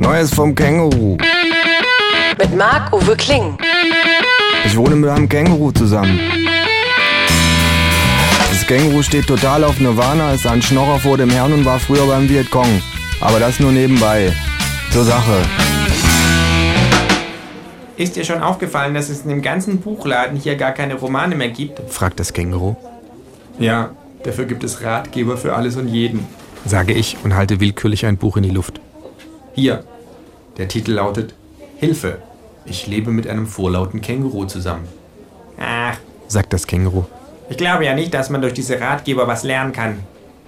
Neues vom Känguru. Mit Marc-Uwe Kling. Ich wohne mit einem Känguru zusammen. Das Känguru steht total auf Nirvana, ist ein Schnorrer vor dem Herrn und war früher beim Vietcong. Aber das nur nebenbei. Zur Sache. Ist dir schon aufgefallen, dass es in dem ganzen Buchladen hier gar keine Romane mehr gibt? fragt das Känguru. Ja, dafür gibt es Ratgeber für alles und jeden. Sage ich und halte willkürlich ein Buch in die Luft. Hier. Der Titel lautet Hilfe. Ich lebe mit einem vorlauten Känguru zusammen. Ach, Sagt das Känguru. ich glaube ja nicht, dass man durch diese Ratgeber was lernen kann.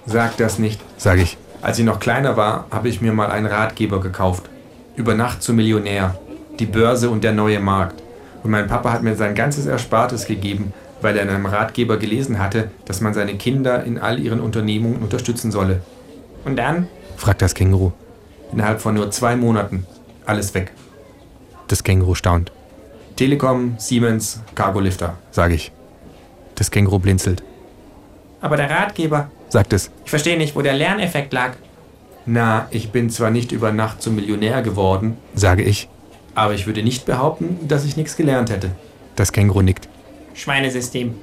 Sag das nicht. Sage ich. Als ich noch kleiner war, habe ich mir mal einen Ratgeber gekauft. Über Nacht zum Millionär, die Börse und der neue Markt. Und mein Papa hat mir sein ganzes Erspartes gegeben, weil er in einem Ratgeber gelesen hatte, dass man seine Kinder in all ihren Unternehmungen unterstützen solle. Und dann? Fragt das Känguru. Innerhalb von nur zwei Monaten. Alles weg. Das Känguru staunt. Telekom, Siemens, Cargolifter. Sage ich. Das Känguru blinzelt. Aber der Ratgeber, Sagt es. ich verstehe nicht, wo der Lerneffekt lag. Na, ich bin zwar nicht über Nacht zum Millionär geworden, Sage ich. aber ich würde nicht behaupten, dass ich nichts gelernt hätte. Das Känguru nickt. Schweinesystem.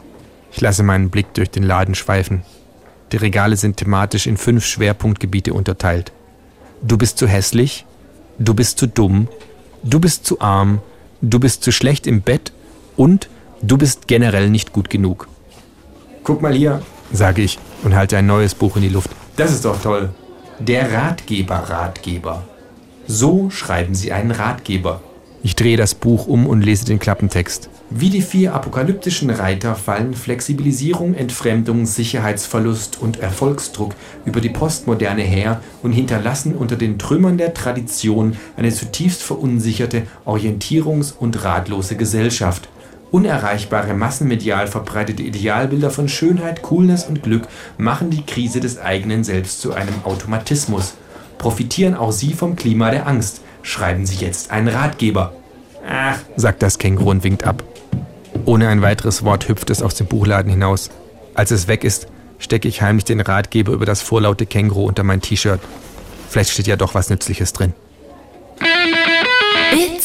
Ich lasse meinen Blick durch den Laden schweifen. Die Regale sind thematisch in fünf Schwerpunktgebiete unterteilt. Du bist zu hässlich, du bist zu dumm, du bist zu arm, du bist zu schlecht im Bett und du bist generell nicht gut genug, Guck mal hier, sage ich und halte ein neues Buch in die Luft. das ist doch toll. Der Ratgeber-Ratgeber. So schreiben sie einen Ratgeber. Ich drehe das Buch um und lese den Klappentext. Wie die vier apokalyptischen Reiter fallen Flexibilisierung, Entfremdung, Sicherheitsverlust und Erfolgsdruck über die Postmoderne her und hinterlassen unter den Trümmern der Tradition eine zutiefst verunsicherte, orientierungs- und ratlose Gesellschaft. Unerreichbare, massenmedial verbreitete Idealbilder von Schönheit, Coolness und Glück machen die Krise des eigenen Selbst zu einem Automatismus. Profitieren auch sie vom Klima der Angst. Schreiben Sie jetzt einen Ratgeber. Ach, sagt das Känguru und winkt ab. Ohne ein weiteres Wort hüpft es aus dem Buchladen hinaus. Als es weg ist, stecke ich heimlich den Ratgeber über das vorlaute Känguru unter mein T-Shirt. Vielleicht steht ja doch was Nützliches drin. It's